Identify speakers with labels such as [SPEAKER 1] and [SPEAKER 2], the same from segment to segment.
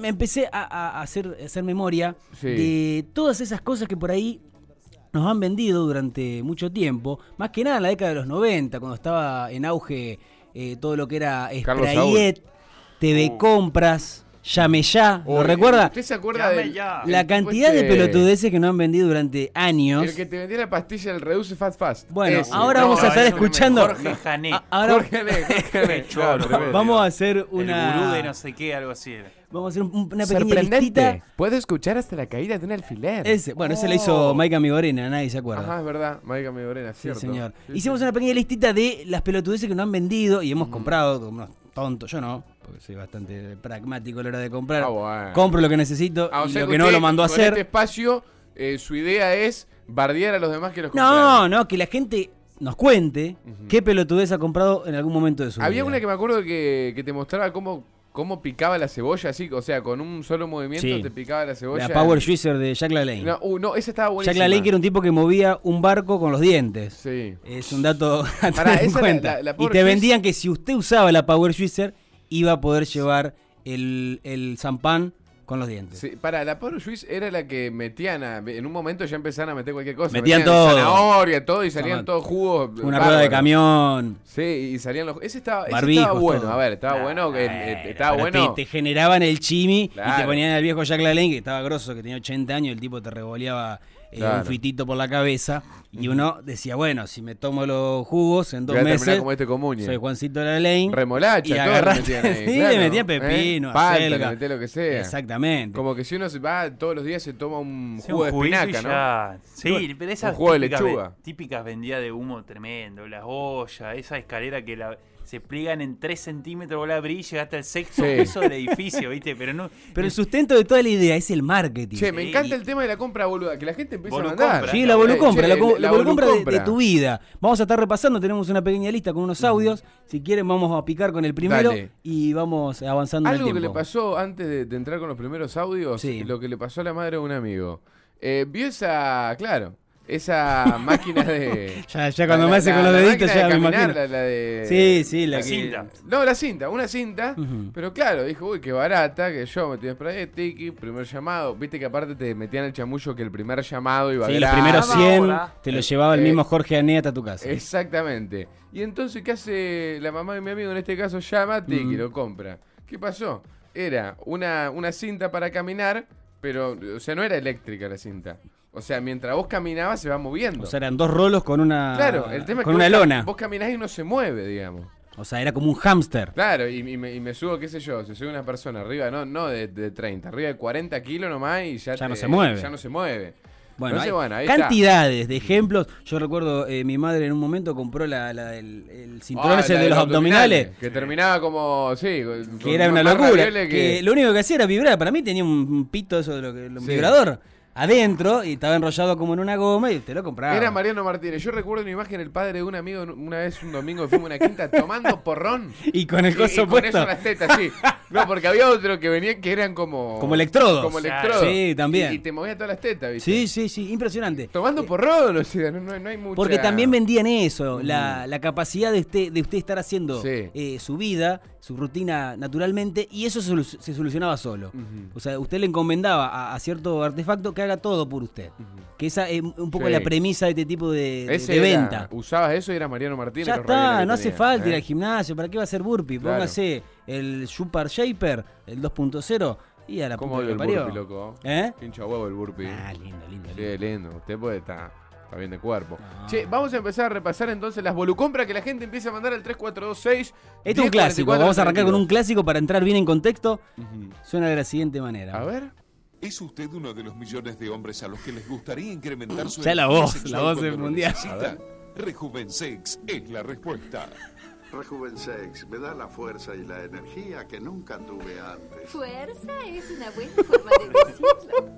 [SPEAKER 1] Me empecé a, a- a hacer, a hacer memoria
[SPEAKER 2] Sí.
[SPEAKER 1] de todas esas cosas que por ahí nos han vendido durante mucho tiempo. Más que nada en la década de los 90, cuando estaba en auge eh, todo lo que era
[SPEAKER 2] Carlos Oh.
[SPEAKER 1] Sprayet, TV
[SPEAKER 3] Uh.
[SPEAKER 1] Compras, Llame Ya. ¿Lo
[SPEAKER 2] Oye,
[SPEAKER 1] recuerda?
[SPEAKER 2] ¿Usted se acuerda
[SPEAKER 3] Llame
[SPEAKER 2] de
[SPEAKER 3] ya.
[SPEAKER 1] La cantidad de pelotudeces que nos han vendido durante años.
[SPEAKER 2] El que te vendía la pastilla, el Reduce Fast Fast.
[SPEAKER 1] Bueno,
[SPEAKER 2] Ese.
[SPEAKER 1] ahora
[SPEAKER 3] No,
[SPEAKER 1] vamos a
[SPEAKER 3] ese
[SPEAKER 1] estar
[SPEAKER 3] es un
[SPEAKER 1] escuchando.
[SPEAKER 3] Jorge Jané.
[SPEAKER 1] A- ahora
[SPEAKER 2] Jorge Le, Jorge Le.
[SPEAKER 3] Choro.
[SPEAKER 2] Claro,
[SPEAKER 1] vamos a hacer
[SPEAKER 3] El gurú de
[SPEAKER 1] una.
[SPEAKER 3] no sé qué, algo así. era.
[SPEAKER 1] Vamos a hacer un- una pequeña
[SPEAKER 2] Sorprendente.
[SPEAKER 1] listita.
[SPEAKER 2] Puedo escuchar hasta la caída de un alfiler.
[SPEAKER 1] Ese, bueno, ese la
[SPEAKER 2] Oh.
[SPEAKER 1] hizo Mike Amigorena, nadie se acuerda.
[SPEAKER 2] Ajá, es verdad. Maica Medorena,
[SPEAKER 1] Sí,
[SPEAKER 2] cierto.
[SPEAKER 1] señor.
[SPEAKER 2] Sí,
[SPEAKER 1] Hicimos
[SPEAKER 2] sí.
[SPEAKER 1] una pequeña listita de las pelotudeces que nos han vendido y hemos comprado, como unos tontos. Yo no, porque soy bastante pragmático a la hora de comprar.
[SPEAKER 2] Ah, bueno.
[SPEAKER 1] Compro lo que necesito
[SPEAKER 2] Ah, o
[SPEAKER 1] y
[SPEAKER 2] sea
[SPEAKER 1] lo que no
[SPEAKER 2] usted,
[SPEAKER 1] lo mandó a
[SPEAKER 2] con este
[SPEAKER 1] hacer.
[SPEAKER 2] espacio, eh, su idea es bardear a los demás que los compraron.
[SPEAKER 1] No, no, que la gente nos cuente qué pelotudez ha comprado en algún momento de su vida.
[SPEAKER 2] Había una que me acuerdo que, que te mostraba cómo, cómo picaba la cebolla, así. O sea, con un solo movimiento
[SPEAKER 1] Sí.
[SPEAKER 2] te picaba la cebolla.
[SPEAKER 1] La Power Juicer de Jack LaLanne.
[SPEAKER 2] No, uh, no, esa estaba buenísima.
[SPEAKER 1] Jack LaLanne que era un tipo que movía un barco con los dientes.
[SPEAKER 2] Sí.
[SPEAKER 1] Es un dato a tener
[SPEAKER 2] Pará,
[SPEAKER 1] en
[SPEAKER 2] esa la-
[SPEAKER 1] cuenta.
[SPEAKER 2] la- la
[SPEAKER 1] y
[SPEAKER 2] Power
[SPEAKER 1] te
[SPEAKER 2] Juicer-
[SPEAKER 1] vendían que si usted usaba la Power Juicer, iba a poder llevar el, el zampán con los dientes.
[SPEAKER 2] Sí, para la Power Juice era la que metían a, en un momento ya empezaron a meter cualquier cosa.
[SPEAKER 1] Metían todo.
[SPEAKER 2] Zanahoria, todo y salían
[SPEAKER 1] Llama-
[SPEAKER 2] todos jugos.
[SPEAKER 1] Una
[SPEAKER 2] bárbaros.
[SPEAKER 1] rueda de camión.
[SPEAKER 2] Sí, y salían los. Ese estaba, ese
[SPEAKER 1] Barbijos,
[SPEAKER 2] estaba bueno.
[SPEAKER 1] todo.
[SPEAKER 2] A ver, estaba
[SPEAKER 3] Ah,
[SPEAKER 2] bueno. que- eh, estaba
[SPEAKER 1] Ahora te-
[SPEAKER 2] bueno.
[SPEAKER 1] Te, generaban el chimi y te
[SPEAKER 2] Claro.
[SPEAKER 1] ponían al viejo Jack LaLanne, que estaba grosso, que tenía 80 años, el tipo te revoleaba eh, un
[SPEAKER 2] Claro.
[SPEAKER 1] fitito por la cabeza. Y uno decía, bueno, si me tomo los jugos en dos
[SPEAKER 2] Voy a terminar
[SPEAKER 1] meses,
[SPEAKER 2] como este comuño.
[SPEAKER 1] soy Juancito LaLanne.
[SPEAKER 2] Remolacha,
[SPEAKER 1] y
[SPEAKER 2] todo le
[SPEAKER 1] agarraste,
[SPEAKER 2] metían ahí,
[SPEAKER 1] sí,
[SPEAKER 2] claro,
[SPEAKER 1] le metía
[SPEAKER 2] ¿eh?
[SPEAKER 1] pepino,
[SPEAKER 2] Palta, le
[SPEAKER 1] acelga.
[SPEAKER 2] metía lo que sea.
[SPEAKER 1] Exactamente.
[SPEAKER 2] Como que si uno se va todos los días se toma un
[SPEAKER 3] Sí,
[SPEAKER 2] jugo de
[SPEAKER 3] juguito y
[SPEAKER 2] espinaca, ¿no?
[SPEAKER 3] ya. Sí, pero esas
[SPEAKER 2] Un jugo de
[SPEAKER 3] típicas,
[SPEAKER 2] lechuga.
[SPEAKER 3] ve- típicas vendía de humo tremendo, las ollas, esa escalera que la- se pliegan en 3 centímetros, vos la abrís, llegaste al sexto
[SPEAKER 2] Sí.
[SPEAKER 3] piso del edificio, ¿viste? Pero no.
[SPEAKER 1] Pero el sustento de toda la idea es el marketing.
[SPEAKER 2] Che, me
[SPEAKER 3] Sí.
[SPEAKER 2] encanta el tema de la compra boluda, que la gente empieza a
[SPEAKER 3] Volucompra.
[SPEAKER 2] mandar.
[SPEAKER 1] Sí, la volucompra,
[SPEAKER 2] Eh,
[SPEAKER 1] la,
[SPEAKER 2] che,
[SPEAKER 1] co- la volucompra de- de,
[SPEAKER 2] volucompra.
[SPEAKER 1] tu vida. Vamos a estar repasando, tenemos una pequeña lista con unos audios. Si quieren, vamos a picar con el primero
[SPEAKER 2] Dale.
[SPEAKER 1] y vamos avanzando en el
[SPEAKER 2] Algo que
[SPEAKER 1] tiempo.
[SPEAKER 2] le pasó antes de, de entrar con los primeros audios,
[SPEAKER 1] Sí.
[SPEAKER 2] lo que le pasó a la madre de un amigo. Eh, vio esa, claro, esa máquina de.
[SPEAKER 1] Ya, ya cuando
[SPEAKER 2] la-
[SPEAKER 1] me hace
[SPEAKER 2] la-
[SPEAKER 1] con los
[SPEAKER 2] la
[SPEAKER 1] deditos,
[SPEAKER 2] máquina
[SPEAKER 1] ya
[SPEAKER 2] de
[SPEAKER 1] me
[SPEAKER 2] caminar,
[SPEAKER 1] imagino.
[SPEAKER 2] La, la de,
[SPEAKER 1] Sí, sí, la
[SPEAKER 3] La
[SPEAKER 1] que-
[SPEAKER 3] cinta.
[SPEAKER 2] No, la cinta, una cinta.
[SPEAKER 1] Ujú.
[SPEAKER 2] Pero claro, dijo, uy, qué barata, que yo metí en spray, tiki, primer llamado. Viste que aparte te metían el chamullo que el primer llamado iba a
[SPEAKER 1] Sí, los
[SPEAKER 2] gratis.
[SPEAKER 1] primeros
[SPEAKER 3] Ahora,
[SPEAKER 1] 100
[SPEAKER 3] ahora.
[SPEAKER 1] te los llevaba el mismo
[SPEAKER 2] Eh,
[SPEAKER 1] Jorge Ané hasta tu casa.
[SPEAKER 2] Exactamente. Y entonces, ¿qué hace la mamá de mi amigo? En este caso, llama,
[SPEAKER 1] Mm.
[SPEAKER 2] tiki, lo compra. ¿Qué pasó? Era una, una cinta para caminar, pero, o sea, no era eléctrica la cinta. O sea, mientras vos caminabas se va moviendo.
[SPEAKER 1] O sea, eran dos rolos con una,
[SPEAKER 2] claro, el tema es
[SPEAKER 1] con
[SPEAKER 2] que
[SPEAKER 1] una
[SPEAKER 2] vos,
[SPEAKER 1] lona.
[SPEAKER 2] vos caminás y no se mueve, digamos.
[SPEAKER 1] O sea, era como un hámster.
[SPEAKER 2] Claro, y, y me, y me subo, qué sé yo, se sube una persona arriba, no, no de, de 30, arriba de 40 kilos nomás y ya,
[SPEAKER 1] Ya
[SPEAKER 2] te-
[SPEAKER 1] no se mueve.
[SPEAKER 2] Ya no se mueve.
[SPEAKER 1] Bueno,
[SPEAKER 2] Entonces,
[SPEAKER 1] hay
[SPEAKER 2] bueno, ahí está.
[SPEAKER 1] cantidades de ejemplos. Yo recuerdo, eh, mi madre en un momento compró la, la del- el cinturón
[SPEAKER 2] Ah,
[SPEAKER 1] ese
[SPEAKER 2] la
[SPEAKER 1] de los abdominales.
[SPEAKER 2] Que terminaba como, sí, con-
[SPEAKER 1] que era una
[SPEAKER 2] más
[SPEAKER 1] locura.
[SPEAKER 2] raviole
[SPEAKER 1] Que...
[SPEAKER 2] que-
[SPEAKER 1] lo único que hacía era vibrar. Para mí tenía un un pito eso de lo que, un
[SPEAKER 2] Sí.
[SPEAKER 1] vibrador adentro y estaba enrollado como en una goma y te lo compraba.
[SPEAKER 2] Era Mariano Martínez. Yo recuerdo una imagen del padre de un amigo en- una vez un domingo que fuimos a una quinta tomando porrón.
[SPEAKER 1] Y con el
[SPEAKER 2] Y-
[SPEAKER 1] coso
[SPEAKER 2] y con
[SPEAKER 1] puesto.
[SPEAKER 2] eso en las tetas, sí. No, porque había otro que venía que eran como
[SPEAKER 1] Como electrodos.
[SPEAKER 2] Como
[SPEAKER 3] Claro.
[SPEAKER 2] electrodos.
[SPEAKER 1] Sí, también.
[SPEAKER 2] Y, y te movía todas las tetas, ¿viste?
[SPEAKER 1] Sí, sí, sí, impresionante.
[SPEAKER 2] Tomando porrón, o sea, no, no- no hay mucha Mm.
[SPEAKER 1] Porque también vendían eso, la, la capacidad de usted, de usted estar haciendo
[SPEAKER 2] Sí.
[SPEAKER 1] eh, su vida, su rutina naturalmente, y eso solu- se solucionaba solo. O sea, usted le encomendaba a, a cierto artefacto que haga todo por usted. Que esa es un poco
[SPEAKER 2] Sí.
[SPEAKER 1] la premisa de este tipo de, de-
[SPEAKER 2] Ese
[SPEAKER 1] de
[SPEAKER 2] era-
[SPEAKER 1] venta.
[SPEAKER 2] Usabas eso y era Mariano Martínez.
[SPEAKER 1] Ya
[SPEAKER 2] los ravioles
[SPEAKER 1] está,
[SPEAKER 2] que
[SPEAKER 1] no hace
[SPEAKER 2] tenía,
[SPEAKER 1] falta
[SPEAKER 2] ¿eh?
[SPEAKER 1] ir al gimnasio, ¿para qué va a hacer burpee?
[SPEAKER 2] Claro.
[SPEAKER 1] Póngase el Super Shaper, el 2.0, y a la
[SPEAKER 2] ¿Cómo
[SPEAKER 1] puta que
[SPEAKER 2] vio
[SPEAKER 1] lo
[SPEAKER 2] el
[SPEAKER 1] parió.
[SPEAKER 2] burpee, loco?
[SPEAKER 1] ¿Eh?
[SPEAKER 2] Qué hincha huevo el burpee.
[SPEAKER 1] Ah, lindo, lindo, lindo.
[SPEAKER 2] Sí, lindo. Usted puede estar está bien de cuerpo.
[SPEAKER 1] Ah.
[SPEAKER 2] Che, vamos a empezar a repasar entonces las volucompras que la gente empieza a mandar al 3426.
[SPEAKER 1] Este es un clásico, vamos a arrancar con un clásico para entrar bien en contexto. Suena de la siguiente manera.
[SPEAKER 2] A ver.
[SPEAKER 4] ¿Es usted uno de los millones de hombres a los que les gustaría incrementar su
[SPEAKER 1] Ya la
[SPEAKER 4] energía
[SPEAKER 1] voz,
[SPEAKER 4] sexual
[SPEAKER 1] la voz
[SPEAKER 4] cuando
[SPEAKER 1] es
[SPEAKER 4] lo
[SPEAKER 1] mundial.
[SPEAKER 4] necesita? Rejuvensex es la respuesta.
[SPEAKER 5] Rejuvensex me da la fuerza y la energía que nunca tuve antes.
[SPEAKER 6] Fuerza es una buena forma de decirlo.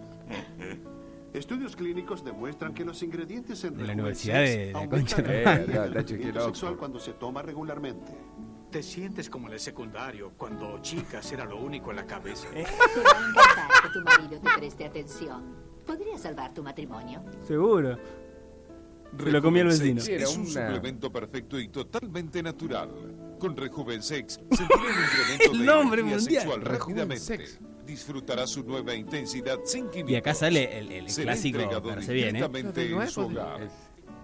[SPEAKER 5] Estudios clínicos demuestran que los ingredientes en
[SPEAKER 1] De la
[SPEAKER 5] Rejuvensex
[SPEAKER 1] Universidad de la
[SPEAKER 5] aumentan
[SPEAKER 1] Concha de
[SPEAKER 5] la
[SPEAKER 2] la
[SPEAKER 5] energía
[SPEAKER 2] Madre.
[SPEAKER 5] y el
[SPEAKER 2] Eh, la- la
[SPEAKER 5] rendimiento
[SPEAKER 2] chequeé el Oxford.
[SPEAKER 5] sexual cuando se toma regularmente.
[SPEAKER 7] Te sientes como en el secundario, cuando chicas era lo único en la cabeza.
[SPEAKER 3] Eh.
[SPEAKER 6] Te va a encantar que tu marido te preste atención. Podría salvar tu matrimonio.
[SPEAKER 1] Seguro. Se lo comió el
[SPEAKER 4] Rejuvensex
[SPEAKER 1] vecino.
[SPEAKER 2] Era
[SPEAKER 4] Es un
[SPEAKER 2] una-
[SPEAKER 4] suplemento perfecto y totalmente natural. Con Rejuvensex sentirá un incremento
[SPEAKER 1] El
[SPEAKER 4] de
[SPEAKER 1] nombre
[SPEAKER 4] energía
[SPEAKER 1] mundial,
[SPEAKER 4] sexual rápidamente.
[SPEAKER 2] Rejuvensex.
[SPEAKER 4] Disfrutará su nueva intensidad sin químicos.
[SPEAKER 1] Y acá sale el, el- el
[SPEAKER 4] Será
[SPEAKER 1] clásico,
[SPEAKER 4] entregado
[SPEAKER 1] parece bien, ¿eh?
[SPEAKER 4] directamente
[SPEAKER 2] Yo tengo
[SPEAKER 4] en su
[SPEAKER 2] iPod.
[SPEAKER 4] hogar.
[SPEAKER 2] Es-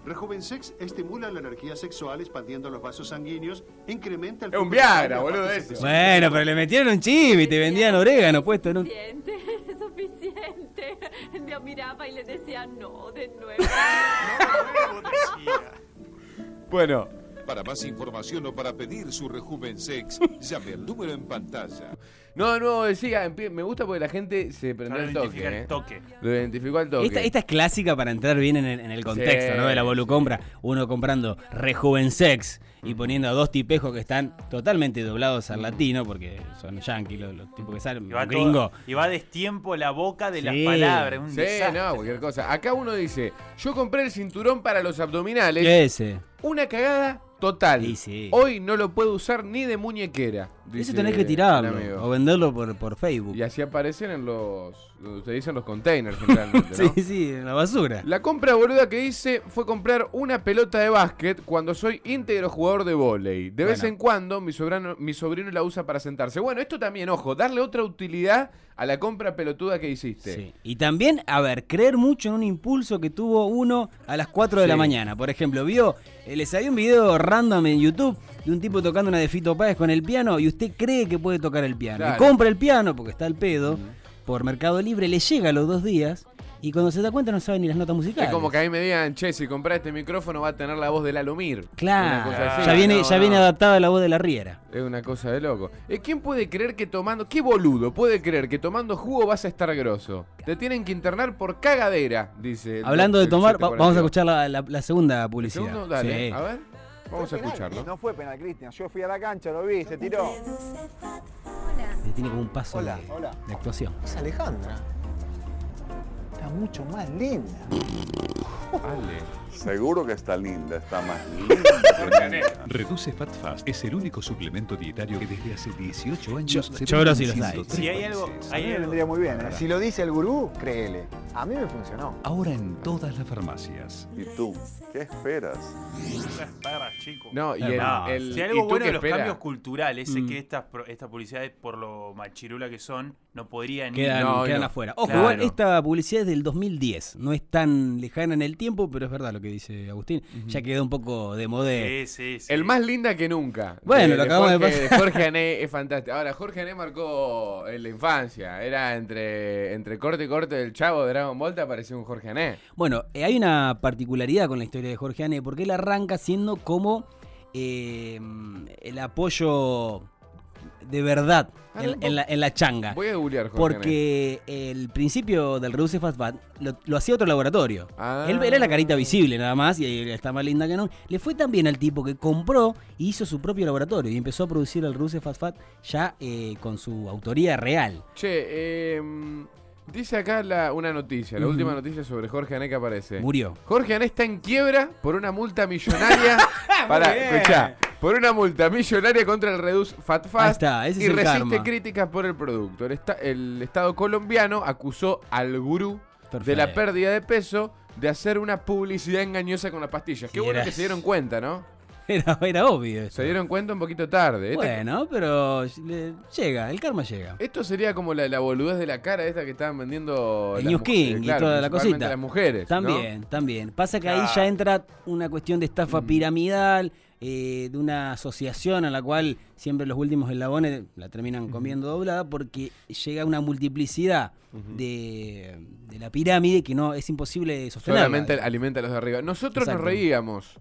[SPEAKER 8] Rejuvensex estimula la energía sexual expandiendo los vasos sanguíneos, incrementa el...
[SPEAKER 2] Es un Viagra, boludo, eso.
[SPEAKER 1] Bueno, pero le metieron un chip y te vendían orégano puesto, ¿no?
[SPEAKER 9] Suficiente, suficiente. Me miraba y le decía no de nuevo.
[SPEAKER 2] Bueno,
[SPEAKER 4] Para más información o para pedir su Rejuvensex, llame al número en pantalla.
[SPEAKER 2] no, no, decía, empie- me gusta porque la gente se prendió
[SPEAKER 3] Ahora
[SPEAKER 2] al
[SPEAKER 3] identifica
[SPEAKER 2] toque.
[SPEAKER 3] el
[SPEAKER 2] ¿eh?
[SPEAKER 3] toque.
[SPEAKER 2] Lo identificó al toque.
[SPEAKER 1] Esta, esta es clásica para entrar bien en el, en el contexto,
[SPEAKER 2] Sí,
[SPEAKER 1] ¿no? De la volucompra. Uno comprando Rejuvensex y poniendo a dos tipejos que están totalmente doblados al latino, porque son yanquis los, los tipos que salen,
[SPEAKER 3] Y va,
[SPEAKER 1] gringo.
[SPEAKER 3] todo- y va a destiempo la boca de las
[SPEAKER 1] Sí.
[SPEAKER 3] palabras. Un
[SPEAKER 2] Sí,
[SPEAKER 3] desastre.
[SPEAKER 2] no, cualquier cosa. Acá uno dice, yo compré el cinturón para los abdominales.
[SPEAKER 1] Ese.
[SPEAKER 2] Una cagada total.
[SPEAKER 1] Sí, sí.
[SPEAKER 2] Hoy no lo puedo usar ni de muñequera. dice
[SPEAKER 1] Eso tenés que
[SPEAKER 2] un
[SPEAKER 1] tirarlo
[SPEAKER 2] amigo.
[SPEAKER 1] o venderlo por, por Facebook.
[SPEAKER 2] Y así aparecen en los. donde se dicen los containers generalmente, ¿no?
[SPEAKER 1] Sí, sí, en la basura.
[SPEAKER 2] La compra boluda que hice fue comprar una pelota de básquet cuando soy íntegro jugador de vóley. De vez
[SPEAKER 1] Bueno.
[SPEAKER 2] en cuando mi sobrano, mi sobrino la usa para sentarse. Bueno, esto también, ojo, darle otra utilidad a la compra pelotuda que hiciste.
[SPEAKER 1] Sí. Y también, a ver, creer mucho en un impulso que tuvo uno a las 4 de la
[SPEAKER 2] Sí.
[SPEAKER 1] mañana. Por ejemplo, vio, eh, le salió un video random en YouTube de un tipo tocando una de Fito Páez con el piano y usted cree que puede tocar el piano.
[SPEAKER 2] Claro.
[SPEAKER 1] Y compra el piano porque está al pedo por Mercado Libre, le llega a los dos días y cuando se da cuenta no sabe ni las notas musicales.
[SPEAKER 2] Es como que ahí me digan, che, si compras este micrófono va a tener la voz del Alomir. Una
[SPEAKER 1] Claro,
[SPEAKER 2] cosa así.
[SPEAKER 1] ya, viene,
[SPEAKER 2] No,
[SPEAKER 1] ya viene
[SPEAKER 2] no.
[SPEAKER 1] adaptada la voz de la riera.
[SPEAKER 2] Es una cosa de loco. Eh, ¿Quién puede creer que tomando... ¿Qué boludo puede creer que tomando jugo vas a estar grosso? Te tienen que internar por cagadera, dice. el
[SPEAKER 1] Hablando de
[SPEAKER 2] doctor
[SPEAKER 1] tomar, va-
[SPEAKER 2] 742.
[SPEAKER 1] vamos a escuchar la, la- la segunda publicidad.
[SPEAKER 2] Segundo, dale,
[SPEAKER 1] Sí.
[SPEAKER 2] a ver. Vamos a escucharlo.
[SPEAKER 10] No fue penal, Cristian. Yo fui a la cancha, lo vi, se tiró.
[SPEAKER 1] Tiene como un paso
[SPEAKER 10] Hola,
[SPEAKER 1] de-
[SPEAKER 10] hola.
[SPEAKER 1] de actuación.
[SPEAKER 10] Es Alejandra. Está mucho más linda.
[SPEAKER 5] Seguro que está linda, está más linda.
[SPEAKER 11] Reduce Fat Fast es el único suplemento dietario que desde hace 18 años
[SPEAKER 1] Yo-
[SPEAKER 11] se
[SPEAKER 1] yo creo
[SPEAKER 11] vende
[SPEAKER 1] si los
[SPEAKER 11] en
[SPEAKER 1] hay.
[SPEAKER 11] 103
[SPEAKER 3] Si hay algo,
[SPEAKER 11] países.
[SPEAKER 10] A mí
[SPEAKER 3] hay
[SPEAKER 10] me
[SPEAKER 3] algo-
[SPEAKER 10] vendría muy bien. ¿eh? Si lo dice el gurú, créele. A mí me funcionó.
[SPEAKER 11] Ahora en todas las farmacias.
[SPEAKER 5] ¿Y tú? ¿Qué esperas?
[SPEAKER 3] Para, chico.
[SPEAKER 2] No, y el...
[SPEAKER 1] No,
[SPEAKER 2] el-
[SPEAKER 3] si
[SPEAKER 2] ¿y
[SPEAKER 3] algo
[SPEAKER 2] tú qué
[SPEAKER 3] bueno de los
[SPEAKER 2] esperas?
[SPEAKER 3] cambios culturales es
[SPEAKER 1] Mm.
[SPEAKER 3] que estas pro- estas publicidades, por lo machirula que son, no podrían ir.
[SPEAKER 1] Quedan,
[SPEAKER 2] No,
[SPEAKER 1] quedan
[SPEAKER 2] no.
[SPEAKER 1] afuera. Ojo,
[SPEAKER 3] Claro.
[SPEAKER 1] igual esta publicidad es del 2010. No es tan lejana en el tiempo, pero es verdad lo que dice Agustín. Ya quedó un poco de modé.
[SPEAKER 3] Sí, sí, sí.
[SPEAKER 2] El más linda que nunca. Eh,
[SPEAKER 1] Bueno, lo acabamos de
[SPEAKER 2] Jorge-
[SPEAKER 1] pasar.
[SPEAKER 2] Jorge Ané es fantástico. Ahora, Jorge Ané marcó en la infancia. Era entre, entre corte y corte del chavo de Dragon Ball, te apareció un Jorge Ané.
[SPEAKER 1] Bueno, eh, hay una particularidad con la historia de Jorge Ane, porque él arranca siendo como eh, el apoyo de verdad
[SPEAKER 2] Ah,
[SPEAKER 1] en,
[SPEAKER 2] no,
[SPEAKER 1] en la, en la changa.
[SPEAKER 2] Voy a googlear Jorge Ané.
[SPEAKER 1] Porque el principio del Reduce Fast Fat lo, lo hacía otro laboratorio.
[SPEAKER 2] Ah.
[SPEAKER 1] Él era la carita visible nada más y ahí está más linda que no. Le fue tan bien al tipo que compró y hizo su propio laboratorio y empezó a producir el Reduce Fast Fat ya eh, con su autoría real.
[SPEAKER 2] Che, em, dice acá la- una noticia, la
[SPEAKER 1] Ujú.
[SPEAKER 2] última noticia sobre Jorge Ané que aparece.
[SPEAKER 1] Murió.
[SPEAKER 2] Jorge Ané está en quiebra por una multa millonaria. para,
[SPEAKER 1] bien.
[SPEAKER 2] escuchá, por una multa millonaria contra el Reduce Fat
[SPEAKER 1] Ahí
[SPEAKER 2] Fast.
[SPEAKER 1] está, ese
[SPEAKER 2] y
[SPEAKER 1] es el
[SPEAKER 2] resiste
[SPEAKER 1] karma.
[SPEAKER 2] críticas por el producto. El, esta- el Estado colombiano acusó al gurú de
[SPEAKER 1] Perfecto.
[SPEAKER 2] la pérdida de peso de hacer una publicidad engañosa con las pastillas. Qué
[SPEAKER 1] Y
[SPEAKER 2] bueno
[SPEAKER 1] era-
[SPEAKER 2] que se dieron cuenta, ¿no?
[SPEAKER 1] Era, era obvio eso.
[SPEAKER 2] Se dieron cuenta un poquito tarde. Este Esto-
[SPEAKER 1] Bueno, pero le- llega, el karma llega.
[SPEAKER 2] Esto sería como la, la boludez de la cara esta que estaban vendiendo
[SPEAKER 1] El
[SPEAKER 2] las
[SPEAKER 1] News
[SPEAKER 2] mujeres,
[SPEAKER 1] King y
[SPEAKER 2] claro,
[SPEAKER 1] toda la
[SPEAKER 2] principalmente
[SPEAKER 1] cosita.
[SPEAKER 2] las mujeres. ¿no?
[SPEAKER 1] También, también. Pasa que ahí ya entra una cuestión de estafa
[SPEAKER 2] Mm.
[SPEAKER 1] piramidal, eh, de una asociación a la cual siempre los últimos eslabones la terminan comiendo doblada porque llega una multiplicidad de, de la pirámide que no es imposible sostener.
[SPEAKER 2] Solamente alimenta a los de arriba. Nosotros nos
[SPEAKER 1] Exacto.
[SPEAKER 2] reíamos,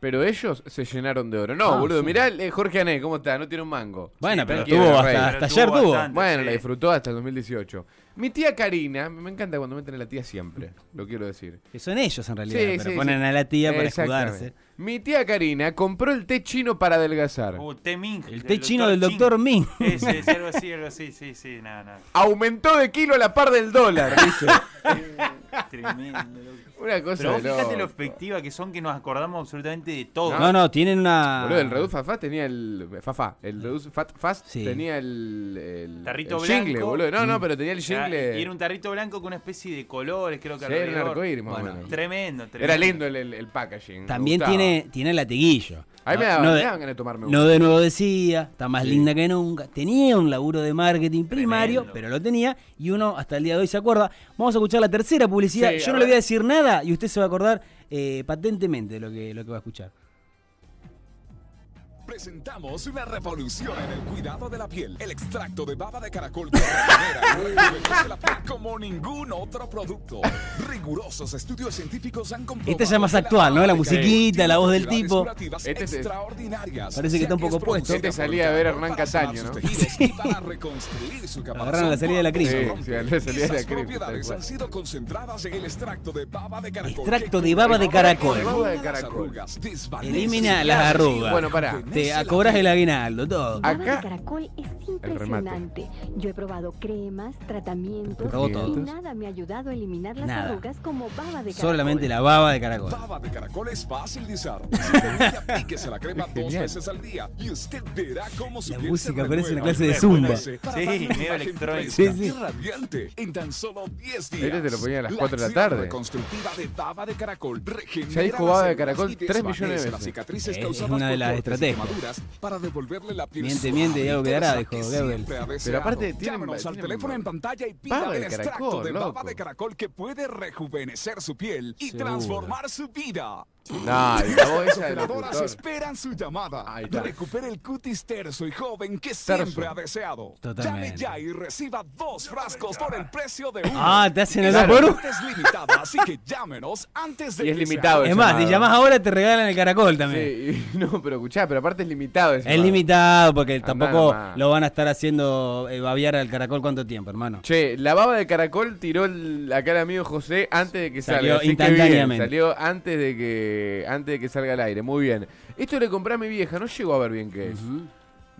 [SPEAKER 2] pero ellos se llenaron de oro. No,
[SPEAKER 1] Ah,
[SPEAKER 2] boludo,
[SPEAKER 1] sí.
[SPEAKER 2] mirá eh, Jorge Ané, ¿cómo está? No tiene un mango.
[SPEAKER 1] Bueno, pero
[SPEAKER 2] tranquilo,
[SPEAKER 1] tuvo
[SPEAKER 2] rey.
[SPEAKER 1] hasta, hasta
[SPEAKER 3] Pero
[SPEAKER 1] ayer
[SPEAKER 3] tuvo
[SPEAKER 1] tuvo.
[SPEAKER 3] bastante.
[SPEAKER 2] Bueno, la
[SPEAKER 3] Sí.
[SPEAKER 2] disfrutó hasta el 2018. Mi tía Karina, me encanta cuando meten a la tía siempre, lo quiero decir.
[SPEAKER 1] Que son ellos en realidad,
[SPEAKER 2] Sí,
[SPEAKER 1] pero
[SPEAKER 2] sí,
[SPEAKER 1] ponen
[SPEAKER 2] sí.
[SPEAKER 1] a la tía para
[SPEAKER 2] Exactamente.
[SPEAKER 1] escudarse.
[SPEAKER 2] Mi tía Karina compró el té chino para adelgazar.
[SPEAKER 3] Uh, té Ming,
[SPEAKER 1] El té chino del doctor
[SPEAKER 3] Ming.
[SPEAKER 1] Ming.
[SPEAKER 3] Ese, es algo así, algo así, sí, sí, nada, nada.
[SPEAKER 2] Aumentó de kilo a la par del dólar, dice.
[SPEAKER 3] Tremendo. loco.
[SPEAKER 2] Una cosa
[SPEAKER 3] Pero vos
[SPEAKER 2] de
[SPEAKER 3] fíjate lo
[SPEAKER 2] loco.
[SPEAKER 3] efectiva que son que nos acordamos absolutamente de todo.
[SPEAKER 1] No, no, tienen una.
[SPEAKER 2] Boludo, el Reduce Fat Fast tenía el. Fafa. El Reduce Fat Fast
[SPEAKER 1] Sí.
[SPEAKER 2] tenía el. El,
[SPEAKER 3] Tarrito
[SPEAKER 2] el jingle,
[SPEAKER 3] blanco.
[SPEAKER 2] boludo. No, no, pero tenía el
[SPEAKER 3] O sea,
[SPEAKER 2] jingle.
[SPEAKER 3] Y era un tarrito blanco con una especie de colores, creo que
[SPEAKER 2] Sí, era un
[SPEAKER 3] alrededor.
[SPEAKER 2] arcoíris, más o menos.
[SPEAKER 3] Tremendo, tremendo.
[SPEAKER 2] Era lindo el, el- el packaging. me
[SPEAKER 1] También
[SPEAKER 2] gustaba.
[SPEAKER 1] tiene, tiene lateguillo.
[SPEAKER 2] A mí me daban- me daban ganas de tomarme uno.
[SPEAKER 1] No de nuevo decía, está más
[SPEAKER 2] Sí.
[SPEAKER 1] linda que nunca. Tenía un laburo de marketing primario,
[SPEAKER 3] Tremendo.
[SPEAKER 1] pero lo tenía y uno hasta el día de hoy se acuerda. Vamos a escuchar la tercera publicidad.
[SPEAKER 2] Sí,
[SPEAKER 1] Yo
[SPEAKER 2] a
[SPEAKER 1] no le
[SPEAKER 2] ver.
[SPEAKER 1] voy a decir nada y usted se va a acordar eh, patentemente de lo que, lo que va a escuchar.
[SPEAKER 11] Presentamos una revolución en el cuidado de la piel. El extracto de baba de caracol de la piel como ningún otro producto. Rigurosos estudios científicos han comprobado.
[SPEAKER 1] Esta ya Este es más actual, ¿no? La musiquita, la voz del tipo.
[SPEAKER 2] Este es-
[SPEAKER 11] extraordinarias.
[SPEAKER 1] Parece que está un poco puesto.
[SPEAKER 2] Este salía a ver a Hernán Castaño, ¿no?
[SPEAKER 1] Agarraron a la salida de la crisis.
[SPEAKER 2] Sí, sí, a la salida de la
[SPEAKER 11] Esas
[SPEAKER 2] crisis,
[SPEAKER 11] propiedades
[SPEAKER 2] tal
[SPEAKER 11] han sido concentradas en el extracto de baba de caracol.
[SPEAKER 1] Extracto
[SPEAKER 11] que
[SPEAKER 1] de baba de caracol.
[SPEAKER 2] Baba de
[SPEAKER 11] Elimina las
[SPEAKER 2] caracol.
[SPEAKER 11] arrugas, desvanece
[SPEAKER 1] Elimina
[SPEAKER 11] las
[SPEAKER 1] las arrugas.
[SPEAKER 2] Bueno, pará.
[SPEAKER 1] Te cobras el aguinaldo, todo.
[SPEAKER 2] Acá-
[SPEAKER 12] Baba de caracol es impresionante. Yo he probado cremas, tratamientos
[SPEAKER 1] Probó
[SPEAKER 12] y
[SPEAKER 1] todo.
[SPEAKER 12] nada me ha ayudado a eliminar las
[SPEAKER 1] Nada.
[SPEAKER 12] arrugas como baba de caracol.
[SPEAKER 1] Solamente la baba de caracol.
[SPEAKER 11] Baba de caracol es fácil de usar. Simplemente aplíquese la crema dos
[SPEAKER 2] Genial.
[SPEAKER 11] veces al día y usted verá cómo su
[SPEAKER 1] La
[SPEAKER 11] piel se
[SPEAKER 1] música parece una
[SPEAKER 11] renueva,
[SPEAKER 1] clase de zumba.
[SPEAKER 11] rejuvenece para
[SPEAKER 3] Sí,
[SPEAKER 11] dar una
[SPEAKER 3] medio
[SPEAKER 11] imagen
[SPEAKER 3] electrónica.
[SPEAKER 11] fresca
[SPEAKER 1] Sí, sí.
[SPEAKER 11] y radiante en tan solo 10 días.
[SPEAKER 2] Este te lo ponía a las cuatro de la
[SPEAKER 11] acción
[SPEAKER 2] tarde.
[SPEAKER 11] reconstructiva de baba de caracol regenera
[SPEAKER 2] Ya dijo
[SPEAKER 11] las
[SPEAKER 2] baba de
[SPEAKER 11] heridas
[SPEAKER 2] caracol
[SPEAKER 11] y
[SPEAKER 2] tres millones de
[SPEAKER 11] desvanece
[SPEAKER 2] veces.
[SPEAKER 11] las cicatrices
[SPEAKER 1] Es- es
[SPEAKER 11] causadas
[SPEAKER 1] una de
[SPEAKER 11] por
[SPEAKER 1] las
[SPEAKER 11] cortes y
[SPEAKER 1] estrategias.
[SPEAKER 11] quemaduras para devolverle la piel
[SPEAKER 1] Miente,
[SPEAKER 11] suave
[SPEAKER 1] miente,
[SPEAKER 11] y
[SPEAKER 1] ya lo quedará,
[SPEAKER 11] tersa
[SPEAKER 1] dijo
[SPEAKER 11] que
[SPEAKER 1] Goebbels.
[SPEAKER 11] siempre ha
[SPEAKER 2] Pero aparte
[SPEAKER 11] deseado.
[SPEAKER 2] tienen-
[SPEAKER 11] Llámanos al
[SPEAKER 2] tienen-
[SPEAKER 11] teléfono en pantalla y
[SPEAKER 2] Baba
[SPEAKER 11] pida
[SPEAKER 2] de
[SPEAKER 11] el extracto
[SPEAKER 2] caracol,
[SPEAKER 11] de baba
[SPEAKER 2] loco.
[SPEAKER 11] de caracol que puede rejuvenecer su piel y
[SPEAKER 1] Seguro.
[SPEAKER 11] transformar su vida.
[SPEAKER 2] No, y la voz
[SPEAKER 11] Las
[SPEAKER 2] esa del
[SPEAKER 11] operadoras
[SPEAKER 2] locutor.
[SPEAKER 11] esperan su llamada.
[SPEAKER 2] Ahí está.
[SPEAKER 11] Recupere el cutis terso y joven que
[SPEAKER 2] Terso.
[SPEAKER 11] siempre ha deseado.
[SPEAKER 1] Totalmente.
[SPEAKER 11] Llame ya y reciba dos frascos por el precio de uno.
[SPEAKER 1] Ah, te hacen eso
[SPEAKER 11] Esta
[SPEAKER 1] por
[SPEAKER 11] oferta Es limitada, así que llámenos antes de
[SPEAKER 2] Y es
[SPEAKER 11] que sea
[SPEAKER 2] limitado
[SPEAKER 1] Es más, si
[SPEAKER 2] llamado.
[SPEAKER 1] llamás ahora te regalan el caracol también.
[SPEAKER 2] Sí, y- no, pero escuchá, pero aparte es limitado. ese
[SPEAKER 1] Es
[SPEAKER 2] bar.
[SPEAKER 1] limitado porque tampoco
[SPEAKER 2] nomás.
[SPEAKER 1] lo van a estar haciendo eh, babear al caracol cuánto tiempo, hermano.
[SPEAKER 2] Che, la baba de caracol tiró el- acá el amigo José antes de que
[SPEAKER 1] Salió
[SPEAKER 2] salga. así que bien,
[SPEAKER 1] instantáneamente.
[SPEAKER 2] salió antes de que antes de que salga al aire. Muy bien. Esto le compré a mi vieja, no llego a ver bien qué es.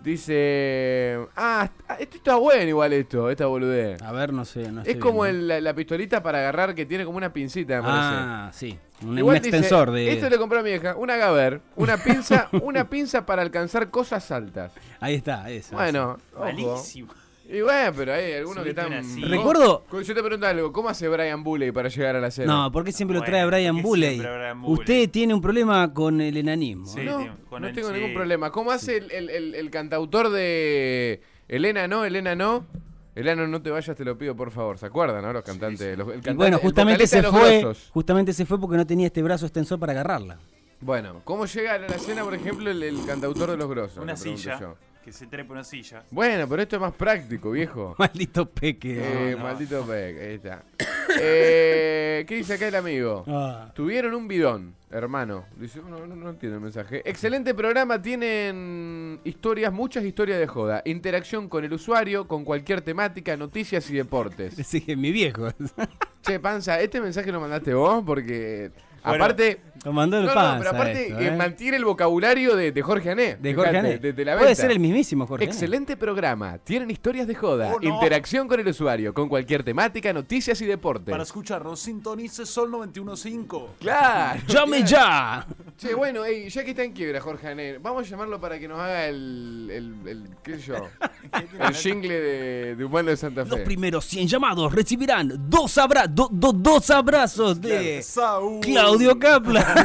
[SPEAKER 2] Dice, ah, esto está bueno igual esto, esta boludez.
[SPEAKER 1] A ver, no sé. Ah, No
[SPEAKER 2] es
[SPEAKER 1] estoy
[SPEAKER 2] como
[SPEAKER 1] viendo.
[SPEAKER 2] el- la, la pistolita para agarrar que tiene como una pincita, me parece.
[SPEAKER 1] Ah, sí. Un,
[SPEAKER 2] Igual
[SPEAKER 1] un
[SPEAKER 2] dice,
[SPEAKER 1] extensor de.
[SPEAKER 2] Esto le compré a mi vieja, una gaber, una pinza, una pinza para alcanzar cosas altas.
[SPEAKER 1] Ahí está, eso.
[SPEAKER 2] Bueno, ojo.
[SPEAKER 3] Malísimo.
[SPEAKER 2] Y bueno, pero hay algunos que
[SPEAKER 3] Subite
[SPEAKER 2] están.
[SPEAKER 3] una silla.
[SPEAKER 1] Recuerdo-
[SPEAKER 2] ¿Cómo- Yo te pregunto algo, ¿cómo hace Brian Bulley para llegar a la cena?
[SPEAKER 1] No, porque siempre lo
[SPEAKER 3] Bueno,
[SPEAKER 1] trae Brian
[SPEAKER 3] porque
[SPEAKER 1] Bulley.
[SPEAKER 3] siempre Brian Bulley.
[SPEAKER 1] Usted tiene un problema con el enanismo.
[SPEAKER 3] Sí.
[SPEAKER 1] ¿eh?
[SPEAKER 2] no,
[SPEAKER 3] tío, con
[SPEAKER 2] no
[SPEAKER 3] el-
[SPEAKER 2] tengo
[SPEAKER 3] sí.
[SPEAKER 2] ningún problema. ¿Cómo hace el, el- el- el cantautor de Elena no, Elena no? Elena no te vayas, te lo pido por favor. ¿Se acuerdan, no? Los cantantes. los- el
[SPEAKER 1] Y
[SPEAKER 2] cantante-
[SPEAKER 1] bueno,
[SPEAKER 2] el
[SPEAKER 1] justamente
[SPEAKER 2] vocalista
[SPEAKER 1] se
[SPEAKER 2] de Los
[SPEAKER 1] fue.
[SPEAKER 2] Grosos.
[SPEAKER 1] Justamente se fue porque no tenía este brazo extensor para agarrarla.
[SPEAKER 2] Bueno, ¿cómo llega a la cena, por ejemplo, el, el cantautor de los grosos?
[SPEAKER 3] Una
[SPEAKER 2] Me pregunto
[SPEAKER 3] silla.
[SPEAKER 2] yo.
[SPEAKER 3] Que se trepa una silla.
[SPEAKER 2] Bueno, pero esto es más práctico, viejo.
[SPEAKER 1] Maldito peque.
[SPEAKER 2] Eh,
[SPEAKER 3] no.
[SPEAKER 2] Maldito Peck, ahí está. Eh, ¿Qué dice acá el amigo?
[SPEAKER 1] Ah.
[SPEAKER 2] Tuvieron un bidón, hermano. Dice, no, no, no entiendo el mensaje. Excelente programa, tienen historias, muchas historias de joda. Interacción con el usuario, con cualquier temática, noticias y deportes.
[SPEAKER 1] Ese es mi viejo.
[SPEAKER 2] che, panza, este mensaje lo mandaste vos porque. aparte.
[SPEAKER 1] Lo mandó
[SPEAKER 2] No,
[SPEAKER 1] el
[SPEAKER 2] no,
[SPEAKER 1] panza
[SPEAKER 2] pero aparte
[SPEAKER 1] esto,
[SPEAKER 2] eh,
[SPEAKER 1] ¿eh?
[SPEAKER 2] mantiene el vocabulario de, de Jorge Ané.
[SPEAKER 1] De Jorge
[SPEAKER 2] Fíjate,
[SPEAKER 1] Ané.
[SPEAKER 2] de- de la
[SPEAKER 1] Puede
[SPEAKER 2] venta.
[SPEAKER 1] ser el mismísimo Jorge Ané.
[SPEAKER 2] Excelente programa. Tienen historias de joda,
[SPEAKER 3] Oh, no.
[SPEAKER 2] interacción con el usuario, con cualquier temática, noticias y deportes.
[SPEAKER 3] escucharnos, sintonice Sol 915.
[SPEAKER 2] Claro.
[SPEAKER 1] ¡Llame
[SPEAKER 2] claro.
[SPEAKER 1] ya!
[SPEAKER 2] Che, bueno, ey, ya que está en quiebra Jorge Ané, vamos a llamarlo para que nos haga el, el, el- qué sé yo, el jingle de, de Humano de Santa
[SPEAKER 1] Los
[SPEAKER 2] Fe.
[SPEAKER 1] primeros 100 llamados recibirán dos, abra do- do- dos abrazos de
[SPEAKER 3] Saúl.
[SPEAKER 1] Claudio Kaplan.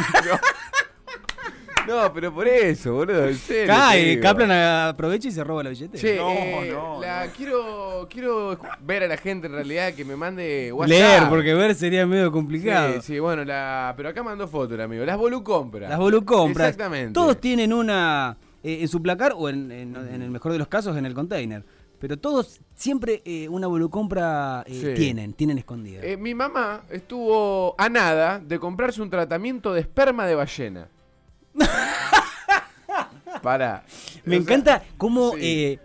[SPEAKER 2] No, pero por eso, boludo, en serio. te
[SPEAKER 1] Cae,
[SPEAKER 2] digo.
[SPEAKER 1] Kaplan aprovecha y se roba la billetera.
[SPEAKER 2] Che,
[SPEAKER 3] No,
[SPEAKER 2] eh,
[SPEAKER 3] no,
[SPEAKER 2] la
[SPEAKER 3] no.
[SPEAKER 2] quiero quiero escu- ver a la gente en realidad que me mande WhatsApp.
[SPEAKER 1] Leer, porque ver sería medio complicado.
[SPEAKER 2] Sí, sí, bueno, la... pero acá mandó foto el amigo. Las Bolu compra.
[SPEAKER 1] Las volucompras.
[SPEAKER 2] Exactamente.
[SPEAKER 1] Todos tienen una eh, en su placar o en, en- en el mejor de los casos en el container. Pero todos siempre eh, una volucompra eh,
[SPEAKER 2] Sí.
[SPEAKER 1] tienen, tienen escondida.
[SPEAKER 2] Eh, mi mamá estuvo a nada de comprarse un tratamiento de esperma de ballena. Para.
[SPEAKER 1] me encanta cómo...
[SPEAKER 2] sí.
[SPEAKER 1] eh,